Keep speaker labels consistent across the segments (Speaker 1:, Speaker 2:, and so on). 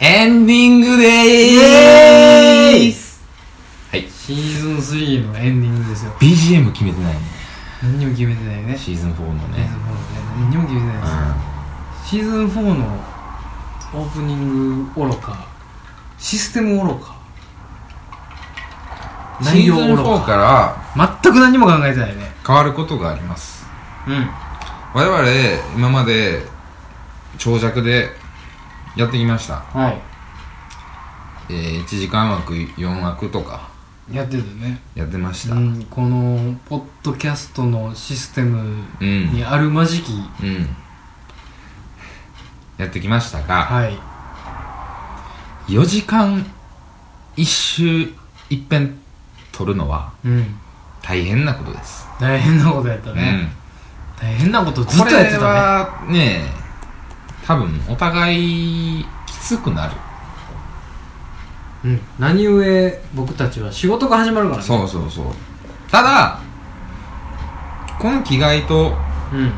Speaker 1: エンディングでーすはい。
Speaker 2: シーズン3のエンディングですよ
Speaker 1: BGM 決めてないね。
Speaker 2: 何にも決めてないねシ
Speaker 1: シーズン4の
Speaker 2: ー
Speaker 1: ね
Speaker 2: ズ。ン4のね何にも決めてないですシーズン4のオープニング愚かシステム愚か
Speaker 1: うん
Speaker 2: 内
Speaker 1: シー
Speaker 2: 容
Speaker 1: ズ
Speaker 2: 愚
Speaker 1: ン4
Speaker 2: か
Speaker 1: から
Speaker 2: 全く何も考えてないね
Speaker 1: 変わることがあります。
Speaker 2: うん
Speaker 1: 我々、今まで、長尺でやってきました。
Speaker 2: はい
Speaker 1: えー、1時間枠、4枠とか、
Speaker 2: やってたね
Speaker 1: やってまし
Speaker 2: う
Speaker 1: た。うん。
Speaker 2: んこのポッドキャストのシステム
Speaker 1: うん
Speaker 2: に。あるまじき
Speaker 1: やってきましたが、
Speaker 2: はい
Speaker 1: 4時間、一周、一遍、撮るのは、
Speaker 2: うん
Speaker 1: 大変なことです。
Speaker 2: 大変なことやった
Speaker 1: うん
Speaker 2: ね。大変なことず
Speaker 1: こ
Speaker 2: っと
Speaker 1: れ
Speaker 2: やってたね
Speaker 1: はね多分お互いきつくなる
Speaker 2: うん何故僕たちは仕事が始まるからね
Speaker 1: そうそうそうただこの気概と
Speaker 2: うん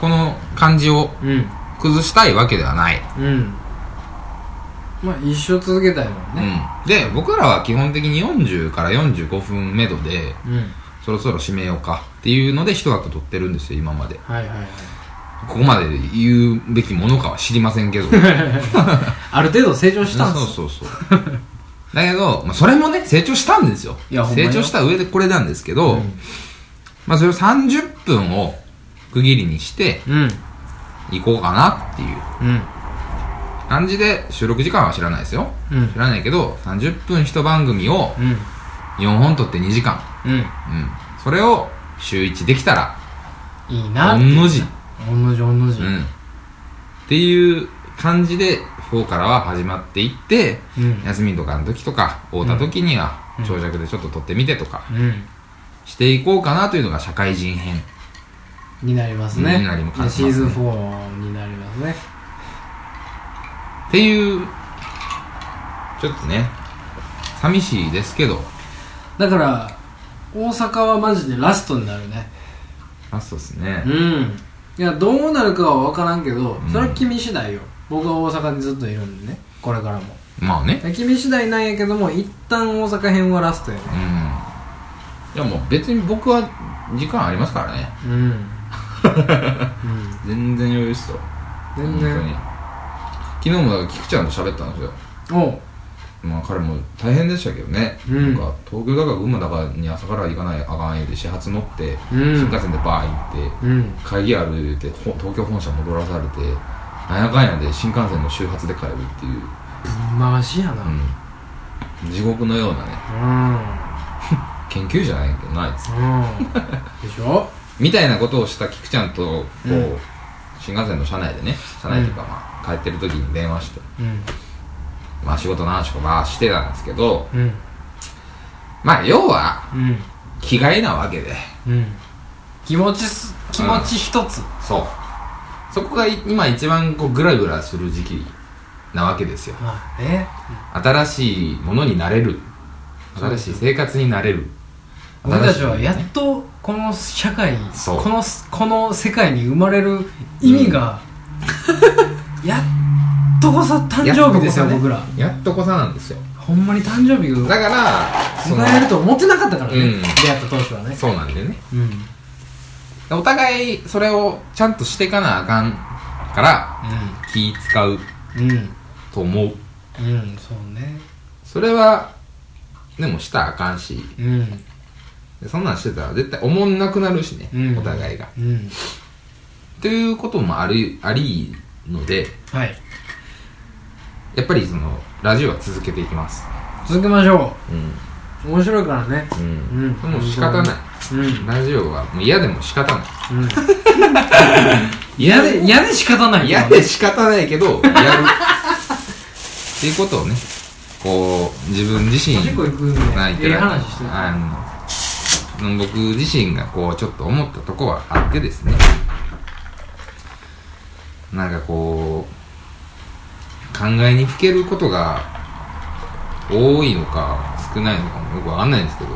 Speaker 1: この感じを
Speaker 2: うん
Speaker 1: 崩したいわけではない、
Speaker 2: うんまあ一生続けたいもん
Speaker 1: う
Speaker 2: ね
Speaker 1: ん、で僕らは基本的に40から45分めどで
Speaker 2: うん
Speaker 1: そろそろ締めようかっていうので一枠取ってるんですよ今まで
Speaker 2: はいはいはい
Speaker 1: ここまで言うべきものかは知りませんけ ど
Speaker 2: ある程度成長したんすよ
Speaker 1: そうそうそうだけど、まあ、それもね成長したんですよ
Speaker 2: いやほんま
Speaker 1: 成
Speaker 2: よ
Speaker 1: 長した上でこれなんですけど、
Speaker 2: うん
Speaker 1: まあ、それを30分を区切りにして
Speaker 2: うん
Speaker 1: いこうかなっていう
Speaker 2: うん
Speaker 1: 感じで収録時間は知らないですよ、
Speaker 2: うん
Speaker 1: 知らないけど30分一番組を
Speaker 2: うん
Speaker 1: 4本撮って2時間、
Speaker 2: うん
Speaker 1: うん、それを週1できたら
Speaker 2: いいな
Speaker 1: 御
Speaker 2: って
Speaker 1: の字、
Speaker 2: おんのじおんのじ
Speaker 1: う、
Speaker 2: うんん
Speaker 1: っていう感じで4からは始まっていって休みとかの時とか会うた時には
Speaker 2: うん
Speaker 1: 長尺でちょっと撮ってみてとか
Speaker 2: うん
Speaker 1: していこうかなというのが社会人編
Speaker 2: になりますね
Speaker 1: になりますね
Speaker 2: シーズン4になりますね
Speaker 1: っていうちょっとね寂しいですけど
Speaker 2: だから大阪はマジでラストになるね
Speaker 1: あそうですね
Speaker 2: うんいやどうなるかは分からんけど
Speaker 1: うん
Speaker 2: それは君次第よ僕は大阪にずっといるんでねこれからも
Speaker 1: まあね
Speaker 2: 君次第なんやけども一旦大阪編はラストやね
Speaker 1: うんいやもう別に僕は時間ありますからね
Speaker 2: うん、うん、
Speaker 1: 全然余裕っすよ
Speaker 2: 全
Speaker 1: 本
Speaker 2: 然
Speaker 1: 当に昨日もだから菊ちゃんと喋ったんですよ
Speaker 2: おう
Speaker 1: まあ彼も大変でしたけどね、
Speaker 2: うん
Speaker 1: なんか東京だか群馬だかに朝から行かないあかん言うて始発乗って、
Speaker 2: うん
Speaker 1: 新幹線でバーン行って
Speaker 2: うん
Speaker 1: 会議ある言うてほ東京本社戻らされてなんやかんやで新幹線の周発で帰るっていう
Speaker 2: 回しやなうん、
Speaker 1: うん、地獄のようなね
Speaker 2: う
Speaker 1: 研
Speaker 2: ん、
Speaker 1: 究じゃないけどないです
Speaker 2: でしょ
Speaker 1: みたいなことをした菊ちゃんとこう、
Speaker 2: うん
Speaker 1: 新幹線の車内でね車内というか、まあ、帰ってる時に電話して、
Speaker 2: うん
Speaker 1: まあ、仕事の話とかまあしてたんですけど
Speaker 2: うん
Speaker 1: まあ要は
Speaker 2: うん
Speaker 1: 気概なわけで
Speaker 2: うん気持ちす気持ち一つ
Speaker 1: そうそこがい今一番こうグラグラする時期なわけですよ
Speaker 2: まあね
Speaker 1: 新しいものになれる新しい生活になれる
Speaker 2: 俺たちはや
Speaker 1: 新しいね
Speaker 2: っとこの社会
Speaker 1: そう
Speaker 2: このこの世界に生まれる意味が、やっとこさ誕生日ですよ、
Speaker 1: やっとこさね
Speaker 2: 僕ら
Speaker 1: やっとこさなんですよ
Speaker 2: ほんまに誕生日
Speaker 1: だか
Speaker 2: が
Speaker 1: らその
Speaker 2: 迎えると思ってなかったからね、
Speaker 1: うん
Speaker 2: 出会った当初はね
Speaker 1: そうなんだよね
Speaker 2: うん
Speaker 1: お互いそれをちゃんとしてかなあかんから気使う
Speaker 2: うんうん
Speaker 1: と思う
Speaker 2: うんそうね
Speaker 1: それはでもしたらあかんし
Speaker 2: うん
Speaker 1: そんなんしてたら絶対思んなくなるしね、
Speaker 2: うん
Speaker 1: お互いが
Speaker 2: うん
Speaker 1: ということもありありので
Speaker 2: はい
Speaker 1: やっぱりそのラジオは続けていきます
Speaker 2: 続けましょ
Speaker 1: うん
Speaker 2: う面白いからね
Speaker 1: うん、
Speaker 2: うん
Speaker 1: もう仕方ない
Speaker 2: う ん
Speaker 1: ラジオはもう嫌でも仕方ない
Speaker 2: うん嫌で嫌で仕方ない
Speaker 1: 嫌で仕方ないけどやるっていうことをねこう自分自身
Speaker 2: おしっこ行くんで
Speaker 1: ない
Speaker 2: ええ話してる
Speaker 1: あの僕自身がこうちょっと思ったとこはあってですねなんかこう考えにふけることが多いのか少ないのかもよくわかんないんですけど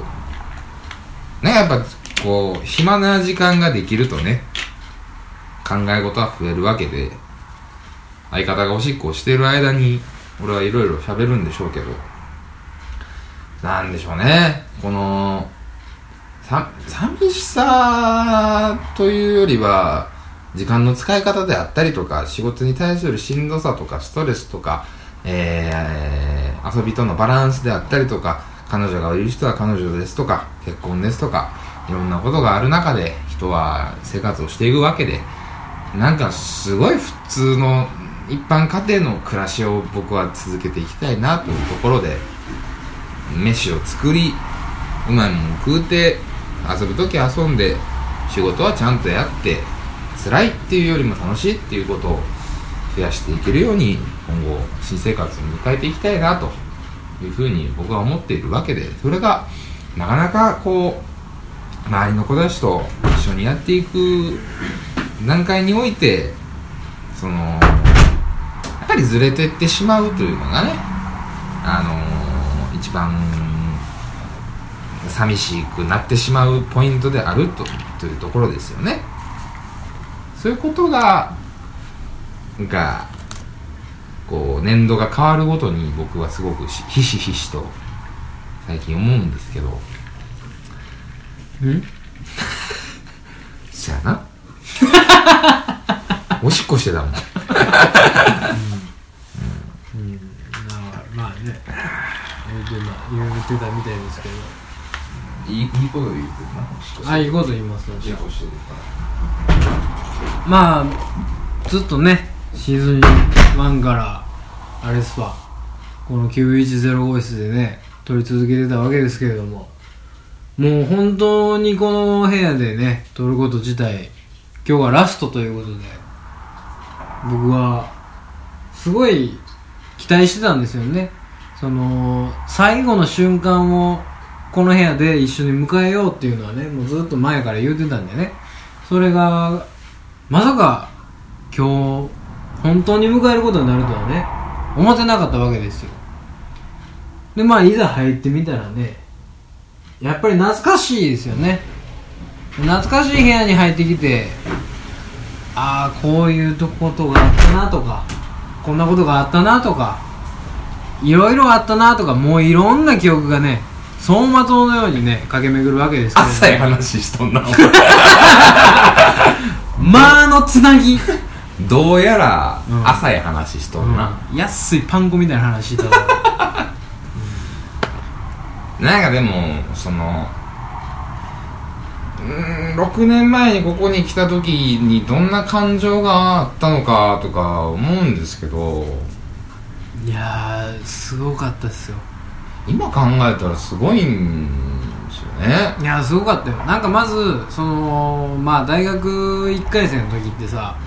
Speaker 1: なんかやっぱこう暇な時間ができるとね考え事は増えるわけで相方がおしっこをしてる間に俺はいろいろ喋るんでしょうけどなんでしょうねこのさ寂しさというよりは時間の使い方であったりとか仕事に対するしんどさとかストレスとか、えー遊びとのバランスであったりとか彼女がいる人は彼女ですとか結婚ですとかいろんなことがある中で人は生活をしていくわけでなんかすごい普通の一般家庭の暮らしを僕は続けていきたいなというところで飯を作りうまいもん食うて遊ぶ時は遊んで仕事はちゃんとやって辛いっていうよりも楽しいっていうことを増やしていけるように今後新生活を迎えていきたいなというふうに僕は思っているわけでそれがなかなかこう周りの子たちと一緒にやっていく段階においてそのやっぱりずれてってしまうというのがねあの一番寂しくなってしまうポイントであるとというところですよねそういうことがなんかこう年度が変わるごとに僕はすごくしひしひしと最近思うんですけど
Speaker 2: うん
Speaker 1: そや なおしっこしてたもん
Speaker 2: うんまあまあね言うてまあ言うてたみたいですけど
Speaker 1: いいいいこと言うてなおしっこ
Speaker 2: ああいうこと言いますよ
Speaker 1: おしっこしてるから
Speaker 2: まあずっとねシーズン1からあれっすわこの 9105S でね撮り続けてたわけですけれどももう本当にこの部屋でね撮ること自体今日がラストということで僕はすごい期待してたんですよねその最後の瞬間をこの部屋で一緒に迎えようっていうのはねもうずっと前から言うてたんでねそれがまさか今日本当に迎えることになるとはね思ってなかったわけですよでまあいざ入ってみたらねやっぱり懐かしいですよね懐かしい部屋に入ってきてああこういうとことがあったなとかこんなことがあったなとかいろいろあったなとかもういろんな記憶がね走馬灯のようにね駆け巡るわけですけれども
Speaker 1: 浅い話しとんな
Speaker 2: まあのつ なぎ
Speaker 1: どうやら
Speaker 2: うん
Speaker 1: 浅い話しとんな、
Speaker 2: うん安いパン粉みたい な話だ
Speaker 1: なんかでもそのうーん6年前にここに来た時にどんな感情があったのかとか思うんですけど
Speaker 2: いやーすごかったですよ
Speaker 1: 今考えたらすごいんですよね
Speaker 2: いやーすごかったよなんかまずそのまあ大学1回生の時ってさ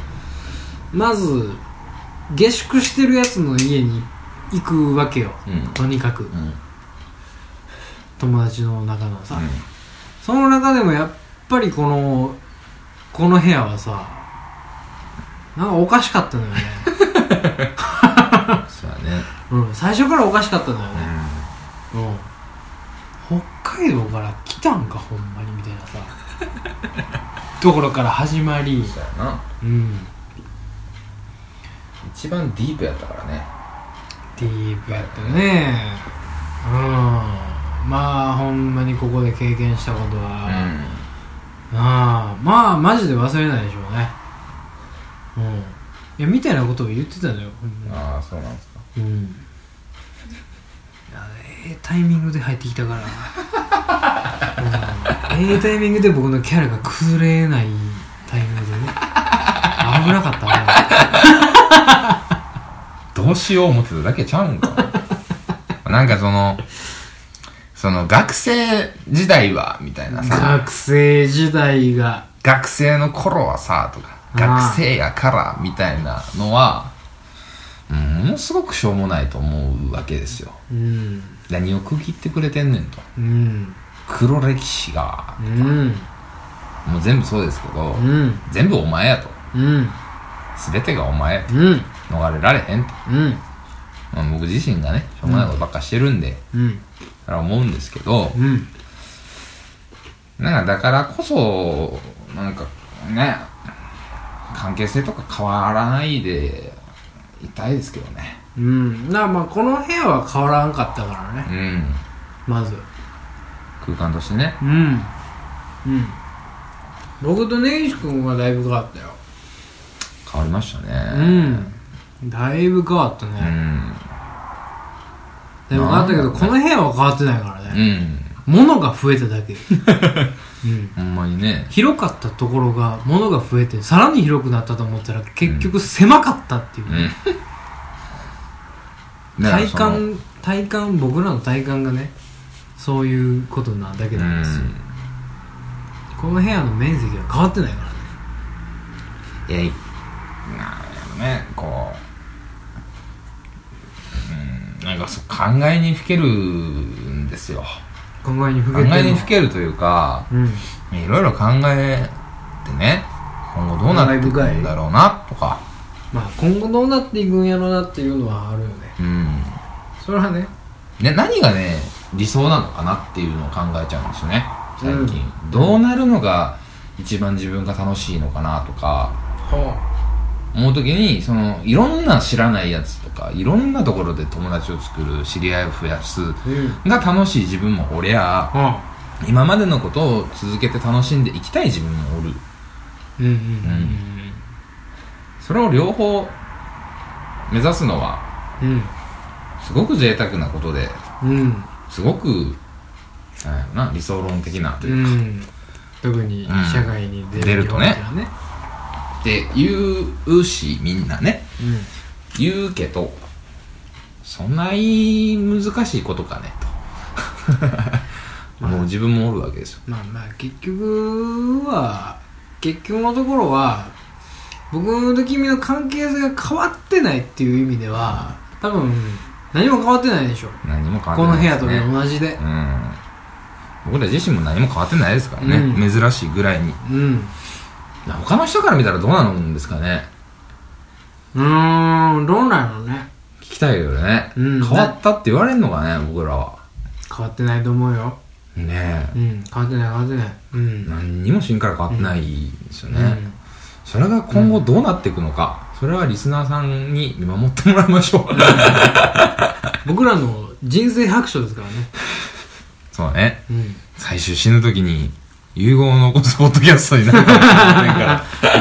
Speaker 2: まず下宿してるやつの家に行くわけよ
Speaker 1: うん
Speaker 2: とにかく
Speaker 1: うん
Speaker 2: 友達の中のさ、その中でもやっぱりこのこの部屋はさなんかおかしかったのよね、
Speaker 1: うんそうやね
Speaker 2: うん、最初からおかしかったのよね、
Speaker 1: う
Speaker 2: うん北海道から来たんかほんまにみたいなさところから始まり
Speaker 1: んそうやな
Speaker 2: うん
Speaker 1: 一番ディープやったからね
Speaker 2: ディープやったねうんまあほんまにここで経験したことは、
Speaker 1: う
Speaker 2: ああまあマジで忘れないでしょうねうんいやみたいなことを言ってたのよほん
Speaker 1: ん
Speaker 2: ま
Speaker 1: ああそうなんですか
Speaker 2: にうんいやええタイミングで入ってきたから うんええタイミングで僕のキャラが崩れないタイミングでね危なかったわ
Speaker 1: どうしよう思ってただけちゃうんか なんかそのその学生時代はみたいなさ
Speaker 2: 学生時代が
Speaker 1: 学生の頃はさとか
Speaker 2: あー
Speaker 1: 学生やからみたいなのはうんものすごくしょうもないと思うわけですよ
Speaker 2: うん
Speaker 1: 何を区切ってくれてんねんと
Speaker 2: うん
Speaker 1: 黒歴史が
Speaker 2: うん
Speaker 1: もう全部そうですけど、
Speaker 2: うん
Speaker 1: 全部お前やと
Speaker 2: うん
Speaker 1: 全てがお前やと
Speaker 2: うん
Speaker 1: 逃れられへんと、
Speaker 2: うん
Speaker 1: まあ、僕自身がねしょうもないことばっかしてるんで、
Speaker 2: うん
Speaker 1: だから思うんですけど、
Speaker 2: うん
Speaker 1: なんかだからこそ、なんかね、関係性とか変わらないでいたいですけどね。
Speaker 2: うんだからまあこの部屋は変わらんかったからね
Speaker 1: うん
Speaker 2: まず
Speaker 1: 空間としてね
Speaker 2: うんうん僕と根岸君はだいぶ変わったよ
Speaker 1: 変わりました
Speaker 2: う
Speaker 1: ね
Speaker 2: んだいぶ変わった
Speaker 1: う
Speaker 2: ね、
Speaker 1: ん
Speaker 2: だいぶ変わったけど、
Speaker 1: なんだろうね
Speaker 2: この部屋は変わってないから
Speaker 1: う
Speaker 2: ね、
Speaker 1: ん
Speaker 2: 物が増えただけ、うん、
Speaker 1: ほんまにね
Speaker 2: 広かったところが物が増えてさらに広くなったと思ったら結局狭かったっていう、
Speaker 1: うんだ
Speaker 2: 体
Speaker 1: からその
Speaker 2: 感体感僕らの体感がねそういうことなだけなんですよ、この部屋の面積は変わってないからね
Speaker 1: うんいやいなんやろねこううんなんかそう考えにふけるんですよ
Speaker 2: 考えにふ
Speaker 1: 考
Speaker 2: けて
Speaker 1: えにふけるというか
Speaker 2: うん
Speaker 1: いろいろ考えてね今後どうなっていくんだろうなとか
Speaker 2: まあ今後どうなっていくんやろうなっていうのはあるよね
Speaker 1: うん
Speaker 2: それはね
Speaker 1: ね、何がね理想なのかなっていうのを考えちゃうんですよね最近、
Speaker 2: うん
Speaker 1: どうなるのが一番自分が楽しいのかなとか
Speaker 2: ほ
Speaker 1: 思う時にそのいろんな知らないやつとかいろんなところで友達を作る知り合いを増やす
Speaker 2: ううん
Speaker 1: が楽しい自分もおりゃ
Speaker 2: は
Speaker 1: 今までのことを続けて楽しんでいきたい自分もおる
Speaker 2: うんうん
Speaker 1: それを両方目指すのは
Speaker 2: うんうん
Speaker 1: すごく贅沢なことで
Speaker 2: うん
Speaker 1: すごくなんやろな理想論的なといううか
Speaker 2: ん特に社会に出る,、
Speaker 1: 出るとねって言うしみんなね
Speaker 2: うん
Speaker 1: 言うけどそんなに難しいことか ねともう自分もおるわけですよ
Speaker 2: まあまあ結局は結局のところは僕と君の関係性が変わってないっていう意味では多分何も変わってないでしょ
Speaker 1: 何も変
Speaker 2: こ
Speaker 1: わ
Speaker 2: の
Speaker 1: って
Speaker 2: 部
Speaker 1: な
Speaker 2: 屋
Speaker 1: いですね
Speaker 2: と同じで
Speaker 1: うん僕ら自身も何も変わってないですからね、
Speaker 2: う
Speaker 1: 珍しいぐらいに
Speaker 2: うん
Speaker 1: 他の人から見たらどうなんですかね
Speaker 2: うーんどうなんやろうね
Speaker 1: 聞きたいけどね、
Speaker 2: うん
Speaker 1: 変わったって言われるのかね僕らは
Speaker 2: 変わってないと思うよ
Speaker 1: ね
Speaker 2: う
Speaker 1: え
Speaker 2: ん変わってない変わってないうん
Speaker 1: 何にも芯から変わってないですよね、
Speaker 2: うん
Speaker 1: それが今後どうなっていくのか、それはリスナーさんに見守ってもらいましょう。
Speaker 2: 僕らの人生白書ですからね
Speaker 1: そうね。
Speaker 2: うん
Speaker 1: 最終死ぬ時に、融合を残すポッドキャストになるかもしれないから。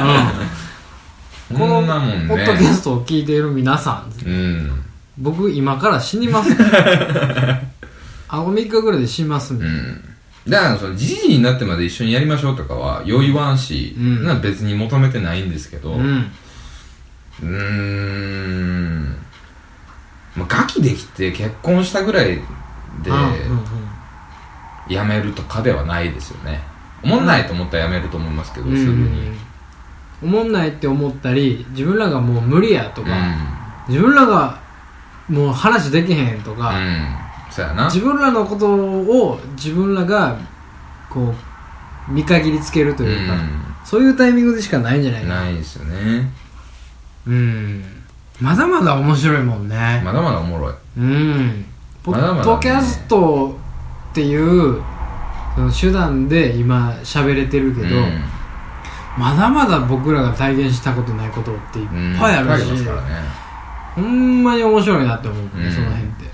Speaker 2: こ
Speaker 1: こ
Speaker 2: の
Speaker 1: んなもん
Speaker 2: ポッドキャ
Speaker 1: ね。
Speaker 2: ストを聞いている皆さん
Speaker 1: うん。
Speaker 2: 僕今から死にます あの3日ぐらいで死にますんで
Speaker 1: うん。だから、その、じじになってまで一緒にやりましょうとかは、余裕わんし、
Speaker 2: うん
Speaker 1: な別に求めてないんですけど、
Speaker 2: う
Speaker 1: うんーん。まあ、ガキできて結婚したぐらいで、
Speaker 2: うんうん
Speaker 1: 辞めるとかではないですよね。思んないと思ったら辞めると思いますけど、
Speaker 2: うん
Speaker 1: すぐに。
Speaker 2: おもんないって思ったり自分らがもう無理やと
Speaker 1: う
Speaker 2: か、
Speaker 1: ん
Speaker 2: 自分らがもう話できへんとか、
Speaker 1: うんそうやな
Speaker 2: 自分らのことを自分らがこう見限りつけるというか、そういうタイミングでしかないんじゃな
Speaker 1: う
Speaker 2: い
Speaker 1: ん、
Speaker 2: か
Speaker 1: ないですよね
Speaker 2: うんまだまだ面白いもんね、
Speaker 1: まだまだおもろい
Speaker 2: うんポ
Speaker 1: まだまだね
Speaker 2: ッドキャストっていうその手段で今喋れてるけど、
Speaker 1: うん
Speaker 2: まだまだ僕らが体現したことないことっていっ
Speaker 1: うん
Speaker 2: ぱいある
Speaker 1: いっ
Speaker 2: し、
Speaker 1: ぱいますからね
Speaker 2: ほんまに面白いなって思う、
Speaker 1: うん
Speaker 2: その辺って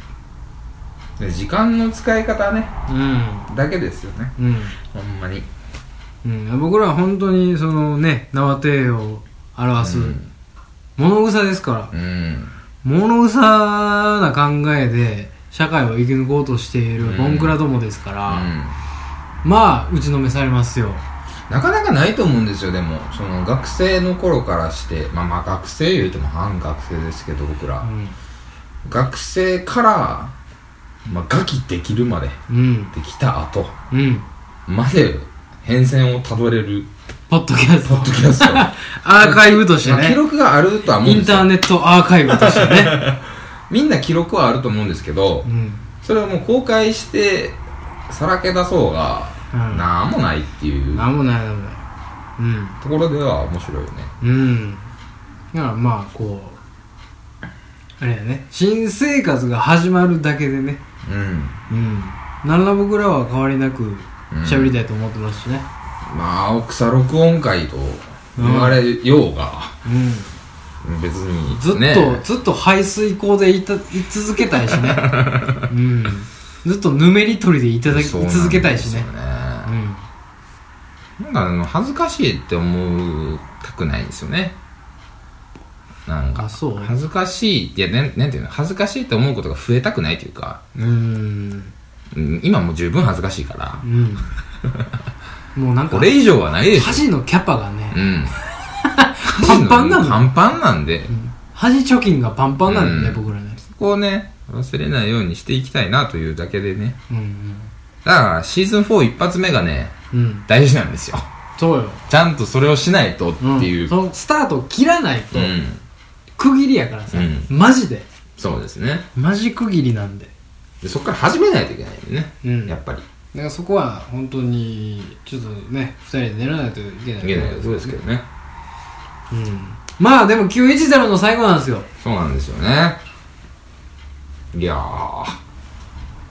Speaker 1: で時間の使い方ね
Speaker 2: うん
Speaker 1: だけですよね
Speaker 2: うん
Speaker 1: ほんまに
Speaker 2: うん、僕らは本当にそのね縄手を表す
Speaker 1: うん
Speaker 2: 物草ですから
Speaker 1: う、ん
Speaker 2: 物草な考えで社会を生き抜こうとしているボンクラどもですから、
Speaker 1: うん
Speaker 2: まあ打ちのめされますよ
Speaker 1: なかなかないと思うんですよでもその学生の頃からしてまあまあ学生言うても半学生ですけど僕ら、
Speaker 2: うん
Speaker 1: 学生から、まあ、ガキできるまで
Speaker 2: うん
Speaker 1: できた後
Speaker 2: うん
Speaker 1: まで変遷をたどれる
Speaker 2: ポッドキャス
Speaker 1: ポ
Speaker 2: ト
Speaker 1: ッドキ ャスト
Speaker 2: アーカイブとして
Speaker 1: まあ記
Speaker 2: ね
Speaker 1: 録があるとは思う
Speaker 2: イ
Speaker 1: んで
Speaker 2: ン
Speaker 1: すよ
Speaker 2: ターネットアーカイブとしてね
Speaker 1: みんな記録はあると思 うんですけど
Speaker 2: うんうん
Speaker 1: それをもう公開してさらけ出そうが
Speaker 2: な
Speaker 1: なんもないっていう
Speaker 2: なんもないなんもない
Speaker 1: ところでは面白いよね
Speaker 2: うんうんだからまあこうあれやね新生活が始まるだけでね
Speaker 1: うん
Speaker 2: うん何ら僕らは変わりなく
Speaker 1: ん
Speaker 2: 喋りたいと思ってますしね
Speaker 1: まあ青草録音会と言われようが、
Speaker 2: うん
Speaker 1: 別に
Speaker 2: ずっと、
Speaker 1: ね
Speaker 2: ずっと排水口でいたい続けたいしね、うん、ずっとぬめり取りでいただき
Speaker 1: そうなんですよ
Speaker 2: 続けたいしねうん
Speaker 1: なんかあの恥ずかしいって思うたくないんですよねなんか
Speaker 2: あそう
Speaker 1: 恥ずかしいいやなんなんていうの恥ずかしいって思うことが増えたくないというか、
Speaker 2: うん
Speaker 1: うん、今もう十分恥ずかしいから
Speaker 2: う、 んもうなんか
Speaker 1: これ以上はないでしょ
Speaker 2: 恥のキャパがね
Speaker 1: う、ん
Speaker 2: パンパンなの
Speaker 1: パンパンなんで、
Speaker 2: 恥貯金がパンパンなんだよね、
Speaker 1: うん
Speaker 2: 僕らね
Speaker 1: そこをね忘れないようにしていきたいなというだけでね
Speaker 2: うん
Speaker 1: だからシーズン4一発目がね
Speaker 2: うんうん
Speaker 1: 大事なんですよ
Speaker 2: そうよ、
Speaker 1: ちゃんとそれをしないとって
Speaker 2: うん、
Speaker 1: いう、
Speaker 2: そのスタートを切らないと、
Speaker 1: うん
Speaker 2: 区切りやからさ、
Speaker 1: うん
Speaker 2: マジで
Speaker 1: そうですね
Speaker 2: マジ区切りなんで
Speaker 1: でそこから始めないといけないんでね、
Speaker 2: うん
Speaker 1: やっぱり
Speaker 2: だからそこは本当にちょっとね2人で練らないといけない
Speaker 1: いけないけどそうですけどね
Speaker 2: うんまあでも910の最後なんですよ
Speaker 1: そうなんですよねいやー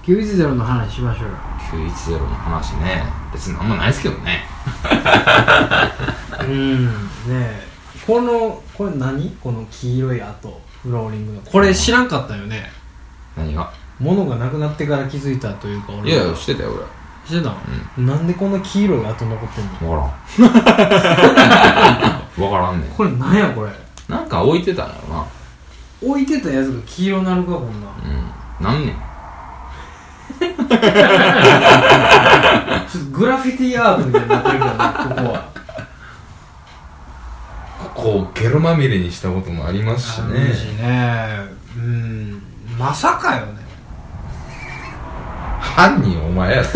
Speaker 2: 910の話しましょうよ
Speaker 1: 910の話ね別にあんまないですけどね
Speaker 2: うんねえこのこれ何この黄色い跡フローリングのこれ知らんかったよね
Speaker 1: 何が
Speaker 2: 物がなくなってから気づいたというか
Speaker 1: い
Speaker 2: 俺
Speaker 1: やいや
Speaker 2: 知っ
Speaker 1: してたよ俺
Speaker 2: てたの、なんでこんな黄色い跡残ってんの
Speaker 1: 分 からん分からんね
Speaker 2: これなんやこれ
Speaker 1: なんか置いてたんだろうな
Speaker 2: 置いてたやつが黄色なるかこんな
Speaker 1: うん何年
Speaker 2: ちょっとグラフィティアートみたいになって るからねここは
Speaker 1: ここをゲロまみれにしたこともありますし
Speaker 2: 楽し
Speaker 1: ね
Speaker 2: いねうんまさかよね
Speaker 1: 犯人お前やろ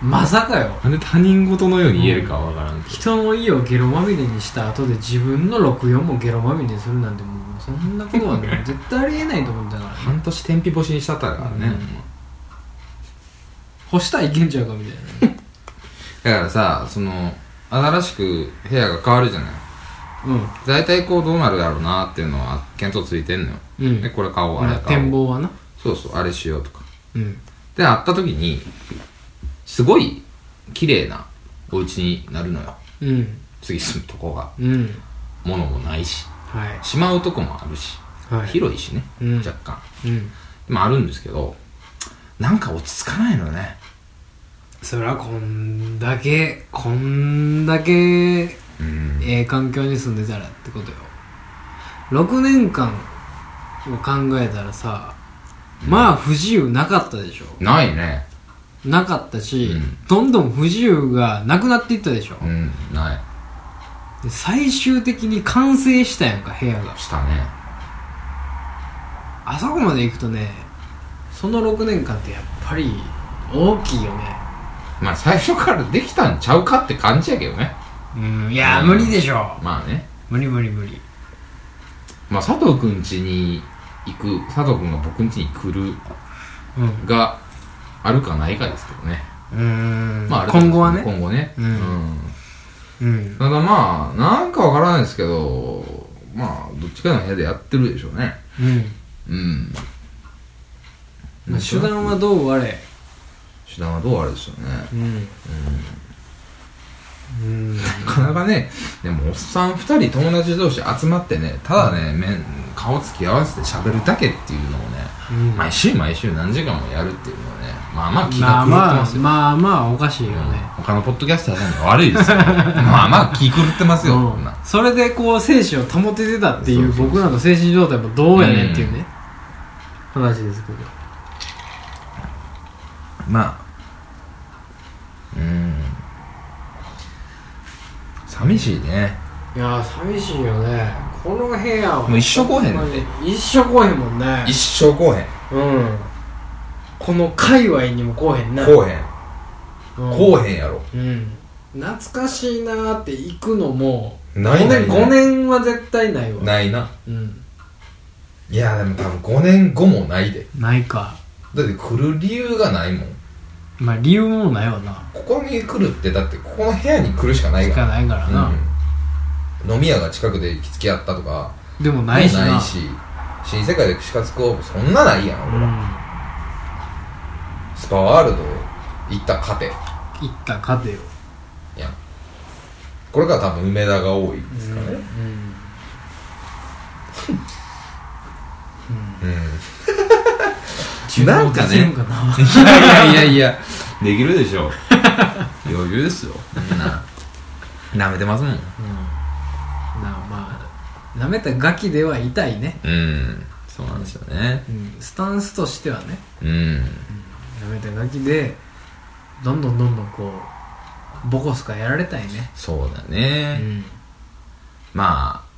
Speaker 2: まさかよ
Speaker 1: なんで他人事のように言えるかは分からんけど
Speaker 2: 人の家をゲロまみれにした後で自分の64もゲロまみれにするなんてもうそんなことは ね絶対ありえないと思うんだから
Speaker 1: 半年天日干しにしちゃったからね、
Speaker 2: うん干したらいけんちゃうかみたいなね
Speaker 1: だからさその新しく部屋が変わるじゃない大体こうどうなるだろうなっていうのは見当ついてんのよ、
Speaker 2: うんうん
Speaker 1: でこれ買おうあ
Speaker 2: ま
Speaker 1: れ
Speaker 2: あ
Speaker 1: 買おう
Speaker 2: 展望はな
Speaker 1: そうそうあれしようとか
Speaker 2: うん
Speaker 1: で会った時にすごい綺麗なお家になるのよ
Speaker 2: うん
Speaker 1: 次住むとこが
Speaker 2: うん
Speaker 1: 物もないし
Speaker 2: はい
Speaker 1: しまうとこもあるし、
Speaker 2: はい
Speaker 1: 広いしね、
Speaker 2: うん
Speaker 1: 若干
Speaker 2: うん
Speaker 1: まああるんですけどなんか落ち着かないのよね
Speaker 2: そりゃこんだけこんだけ
Speaker 1: うん
Speaker 2: ええ環境に住んでたらってことよ6年間を考えたらさまあ不自由なかったでしょ
Speaker 1: ないね
Speaker 2: なかったし、
Speaker 1: うん
Speaker 2: どんどん不自由がなくなっていったでしょ、
Speaker 1: うんない
Speaker 2: で最終的に完成したやんか部屋が
Speaker 1: したね
Speaker 2: あそこまで行くとねその6年間ってやっぱり大きいよね
Speaker 1: まあ最初からできたんちゃうかって感じやけどね
Speaker 2: うんいやー
Speaker 1: うん
Speaker 2: 無理でしょ
Speaker 1: まあね
Speaker 2: 無理無理無理
Speaker 1: まあ佐藤くん家に行く佐藤くんが僕ん家に来る
Speaker 2: うん
Speaker 1: があるかないかですけどね、
Speaker 2: うーん
Speaker 1: まああれ
Speaker 2: 今後はね
Speaker 1: 今後ね
Speaker 2: うん
Speaker 1: ん
Speaker 2: うん
Speaker 1: ただまあなんかわからないですけどまあどっちかの部屋でやってるでしょうね
Speaker 2: うん
Speaker 1: うん
Speaker 2: まあ手段はどうあれ
Speaker 1: 手段はどうあれですよね
Speaker 2: うんうん
Speaker 1: なかなかねでもおっさん2人友達同士集まってねただね面顔つき合わせて喋るだけっていうのをね、
Speaker 2: うん
Speaker 1: 毎週毎週何時間もやるっていうのはねまあまあ気
Speaker 2: ま
Speaker 1: が狂
Speaker 2: あ
Speaker 1: って
Speaker 2: ま
Speaker 1: ま
Speaker 2: あ
Speaker 1: すよ、
Speaker 2: まあまあおかしいよね、
Speaker 1: 他のポッドキャスターさんが悪い ですよまあまあ気狂ってますよ、こんな
Speaker 2: それでこう精神を保ててたってい
Speaker 1: そ
Speaker 2: う
Speaker 1: うそうそう
Speaker 2: 僕らの精神状態もどうやねんっていうね、話ですけど
Speaker 1: まあうん寂しいね
Speaker 2: いやー寂しいよねこの部屋は
Speaker 1: もう一生来おへんねんて
Speaker 2: 一生来おへんもんね
Speaker 1: 一生来おへん
Speaker 2: うんこの界隈にも来おへんな
Speaker 1: 来おへん
Speaker 2: うん
Speaker 1: 来おへんやろ
Speaker 2: うん懐かしいなーって行くのも
Speaker 1: ないないない
Speaker 2: 5年 ,5 年は絶対ないわ
Speaker 1: ないな
Speaker 2: うん、
Speaker 1: いやでも多分5年後もないで
Speaker 2: ないか
Speaker 1: だって来る理由がないもん
Speaker 2: まあ理由もないわな
Speaker 1: ここに来るってだってここの部屋に来るしかない
Speaker 2: し
Speaker 1: か
Speaker 2: からないからな、
Speaker 1: うん飲み屋が近くで行きつけあったとか
Speaker 2: でもないしな
Speaker 1: ないし新世界で串カツこうそんなないやん
Speaker 2: う
Speaker 1: 俺ら、
Speaker 2: ん
Speaker 1: スパワールド行ったカテ
Speaker 2: 行った家庭を
Speaker 1: やんこれから多分梅田が多いですか
Speaker 2: う
Speaker 1: ね、
Speaker 2: ん
Speaker 1: う
Speaker 2: 注
Speaker 1: なん
Speaker 2: 文
Speaker 1: かね
Speaker 2: できるんかな
Speaker 1: んいやいやいやいや
Speaker 3: できるでし ょ余裕ですよ
Speaker 1: な舐めてますもん
Speaker 2: うんなまあなめたガキでは痛いね、
Speaker 1: うんそうなんですよね
Speaker 2: うん、スタンスとしてはね
Speaker 1: うん
Speaker 2: なめたガキでどんどんどんどんこうボコスカやられたいね
Speaker 1: そうだ
Speaker 2: う
Speaker 1: ね、
Speaker 2: ん
Speaker 1: まあ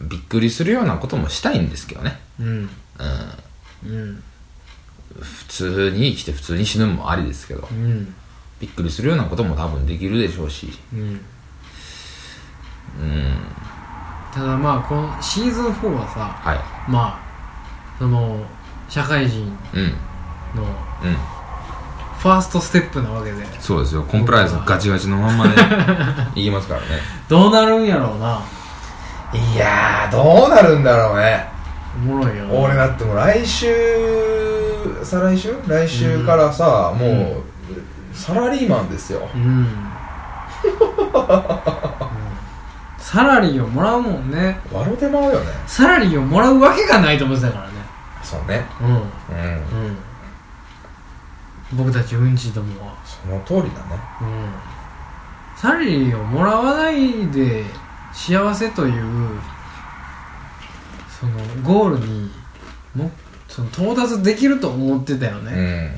Speaker 1: びっくりするようなこともしたいんですけどね
Speaker 2: うん
Speaker 1: うん
Speaker 2: うん
Speaker 1: 普通に生きて普通に死ぬのもありですけど
Speaker 2: うん
Speaker 1: びっくりするようなことも多分できるでしょうし
Speaker 2: うん
Speaker 1: うん
Speaker 2: ただまあこのシーズン4はさ
Speaker 1: は
Speaker 2: まあその社会人
Speaker 1: いうん
Speaker 2: の
Speaker 1: うん
Speaker 2: ファーストステップなわけで
Speaker 1: そうですよコンプライアンスガチガチのま んまでいきますからね
Speaker 2: どうなるんやろうない
Speaker 1: やーどうなるんだろうね
Speaker 2: おもろいよな
Speaker 1: 俺だってもう来週再来週来週からさ、もう、サラリーマンですよ
Speaker 2: うんうんサラリーをもらうもんね
Speaker 1: 笑うてまうよね
Speaker 2: サラリーをもらうわけがないと思ってたからね
Speaker 1: そうね
Speaker 2: う
Speaker 1: うん
Speaker 2: んうん僕たちうんちどもは
Speaker 1: その通りだね
Speaker 2: うんサラリーをもらわないで幸せというそのゴールにもその到達できると思ってたよね、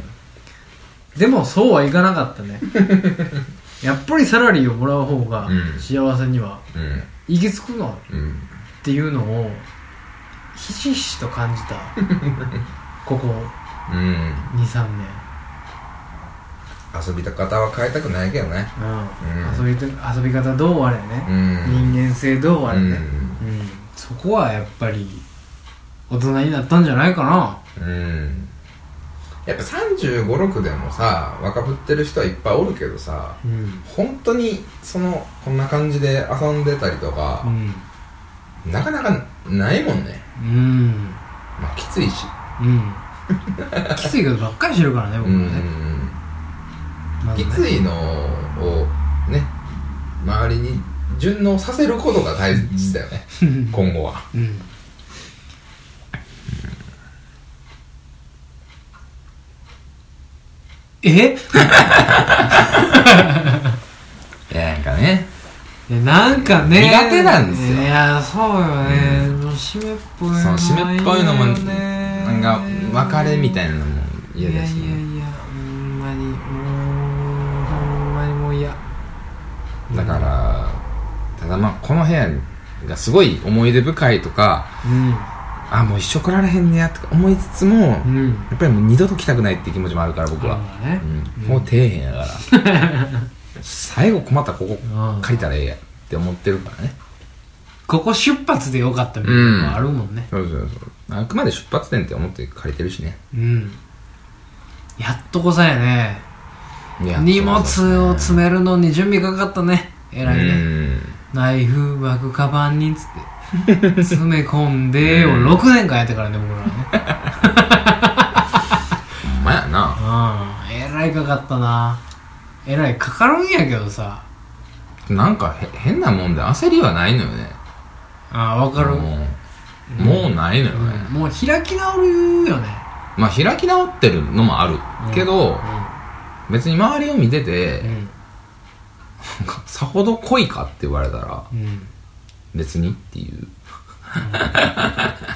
Speaker 2: でもそうはいかなかっ たねやっぱりサラリーをもらう方が
Speaker 1: うん
Speaker 2: 幸せには
Speaker 1: うんうん
Speaker 2: 行き着くの
Speaker 1: うん
Speaker 2: っていうのをひしひしと感 じたここ
Speaker 1: うん
Speaker 2: 23年
Speaker 1: 遊び方は変えたくないけどね
Speaker 2: うん、
Speaker 1: うん
Speaker 2: 遊びて遊び方どうあれね、
Speaker 1: うん
Speaker 2: 人間性どうあれね、
Speaker 1: うん
Speaker 2: うんそこはやっぱり大人になったんじゃないかな
Speaker 1: うんやっぱ3 5 6でもさ若ぶってる人はいっぱいおるけどさ
Speaker 2: うん
Speaker 1: 本当にそのこんな感じで遊んでたりと
Speaker 2: う
Speaker 1: か、
Speaker 2: ん
Speaker 1: なかなかないもんね
Speaker 2: うん
Speaker 1: まあきついし
Speaker 2: うんきついことばっかりしてるからね
Speaker 1: う
Speaker 2: 僕
Speaker 1: ん
Speaker 2: はね,、まず
Speaker 1: き
Speaker 2: ね
Speaker 1: ついのをね周りに順応させることが大事だよね今後は
Speaker 2: うんえ
Speaker 1: いやなんかね
Speaker 2: いやなんかね
Speaker 1: 苦手なんですよ
Speaker 2: いやそうよね、もう湿っぽいの
Speaker 1: その湿っぽいのも
Speaker 2: ないよね
Speaker 1: なんか別れみたいなのも嫌だし
Speaker 2: いやいや
Speaker 1: ね
Speaker 2: いやほんまにもうほんまにもう嫌
Speaker 1: だからただまあこの部屋がすごい思い出深いとか
Speaker 2: う
Speaker 1: あもう一生来られへんねやとか思いつつもや
Speaker 2: んうん
Speaker 1: っぱりもう二度と来たくないって気持ちもあるから僕
Speaker 2: そうだ
Speaker 1: は、
Speaker 2: ね
Speaker 1: うん、もう底辺やから最後困ったらここ
Speaker 2: うん
Speaker 1: 借りたらええやって思ってるからね
Speaker 2: ここ出発でよかったみたいなのもあるもんね
Speaker 1: そうそうそうあくまで出発点って思って借りてるしね
Speaker 2: うんやっとこさやね
Speaker 1: いや
Speaker 2: 荷物を詰めるのに準備かかったね
Speaker 1: う
Speaker 2: 偉いね
Speaker 1: ん
Speaker 2: ナイフバッグカバンにつって 詰め込んでを
Speaker 1: うん
Speaker 2: 6年間やってからね僕らはね
Speaker 1: ほんまやな
Speaker 2: うんえらいかかったなえらいかかるんやけどさ
Speaker 1: なんかへ変なもんで焦りはないのよね
Speaker 2: ああ分かる、
Speaker 1: もうもうないのよね、
Speaker 2: うんもう開き直るよね
Speaker 1: まあ開き直ってるのもあるけど、別に周りを見てて、
Speaker 2: うんうん
Speaker 1: なんかさほど濃いかって言われたら
Speaker 2: うん
Speaker 1: 別にっていう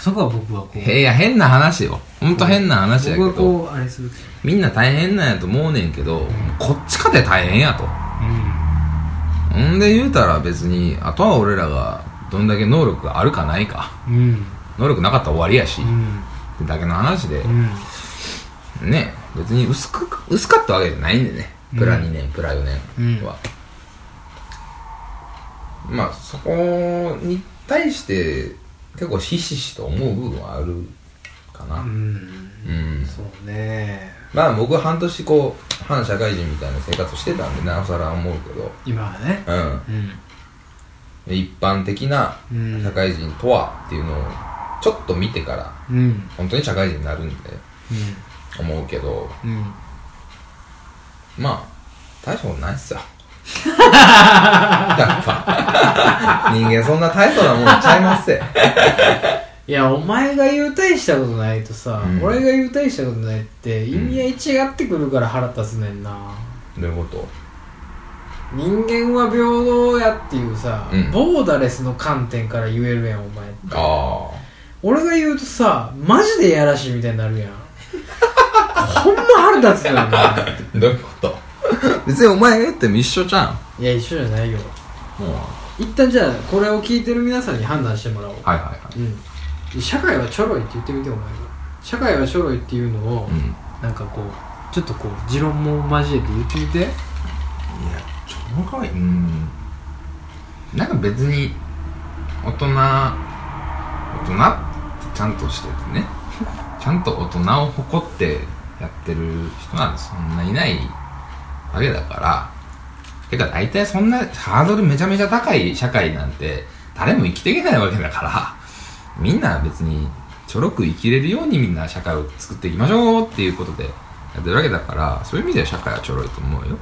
Speaker 2: そこは僕はこう
Speaker 1: へいや変な話よほんと変な話やけ
Speaker 2: 僕
Speaker 1: ど、
Speaker 2: はこうあれする
Speaker 1: みんな大変なんやと思うねんけど、こっちかて大変やと
Speaker 2: うん
Speaker 1: ほんで言うたら別にあとは俺らがどんだけ能力があるかないか
Speaker 2: うん
Speaker 1: 能力なかったら終わりやし
Speaker 2: う、ん
Speaker 1: だけの話で
Speaker 2: う、ん
Speaker 1: ね別に薄く薄かったわけじゃないんでねプラ2年、プラ4年は、まあそこに対して結構ひしひしと思う部分はあるかな、
Speaker 2: うん
Speaker 1: うん
Speaker 2: そうね
Speaker 1: まあ僕は半年こう反社会人みたいな生活してたんでなおさら思うけど
Speaker 2: 今はね
Speaker 1: うん
Speaker 2: うん
Speaker 1: 一般的な
Speaker 2: うん
Speaker 1: 社会人とはっていうのをちょっと見てから
Speaker 2: うん
Speaker 1: 本当に社会人になるんで思うけど
Speaker 2: うんうん
Speaker 1: まあ大したことないっ すよやっぱ人間そんな大層なもんちゃいますせ
Speaker 2: いやお前が言うたりしたことないとさ、
Speaker 1: うん
Speaker 2: 俺が言うたりしたことないって意味合い違ってくるから腹立つねんな、
Speaker 3: どういうこと
Speaker 2: 人間は平等やっていうさ、
Speaker 1: うん
Speaker 2: ボーダレスの観点から言えるやんお前
Speaker 1: あ
Speaker 2: 俺が言うとさマジでやらしいみたいにな るやんほんま腹立つのよな
Speaker 1: あどういうこと別にお前が言っても一緒じゃん
Speaker 2: いや一緒じゃないよ
Speaker 1: もう
Speaker 2: 一旦じゃあこれを聞いてる皆さんに判断してもらおう
Speaker 1: はいはいは
Speaker 2: うん社会はちょろいって言ってみてお前が社会はちょろいっていうのを、
Speaker 1: いうんいや
Speaker 2: なんかこうちょっとこう持論も交えて言ってみて
Speaker 1: ちょろいうんなんか別に大人大人ってちゃんとしててねちゃんと大人を誇ってやってる人なんてそんないないわけだからてか大体そんなハードルめちゃめちゃ高い社会なんて誰も生きていけないわけだからみんな別にちょろく生きれるようにみんな社会を作っていきましょうっていうことでやってるわけだからそういう意味では社会はちょろいと思うよ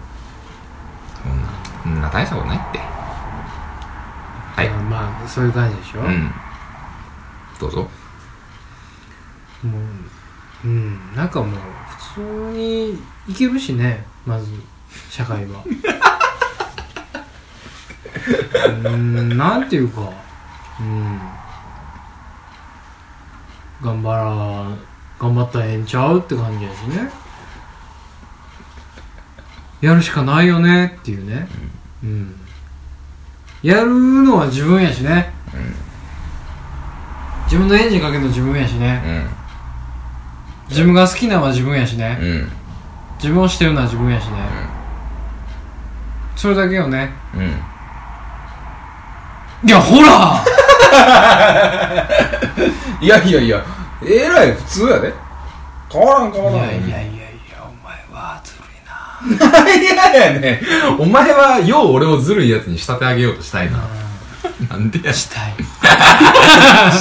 Speaker 1: そんなそんな大したことないってはい
Speaker 2: まあそういう感じでしょ、
Speaker 1: うんどうぞ
Speaker 2: もううんなんかもう普通にいけるしねまず社会はうんなんていうかうん頑張ら頑張ったらええんちゃうって感じやしねやるしかないよねっていうねうん、やるのは自分やしね、自分のエンジンかけるの自分やしね、
Speaker 1: う
Speaker 2: 自分が好きなのは自分やしね、
Speaker 1: んうん
Speaker 2: 自分をしてるのは自分やしね、それだけよね
Speaker 1: うん
Speaker 2: いやほら
Speaker 1: いやいやいや、えらい普通やで。変わらん変わらん。
Speaker 2: やいやいやお前はずるいない
Speaker 1: やいやね。お前はよう俺をずるいやつに仕立て上げようとしたいな。なんでや し
Speaker 2: したい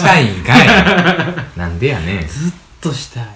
Speaker 1: たいんかい。なんでやねん。
Speaker 2: ずっとしたい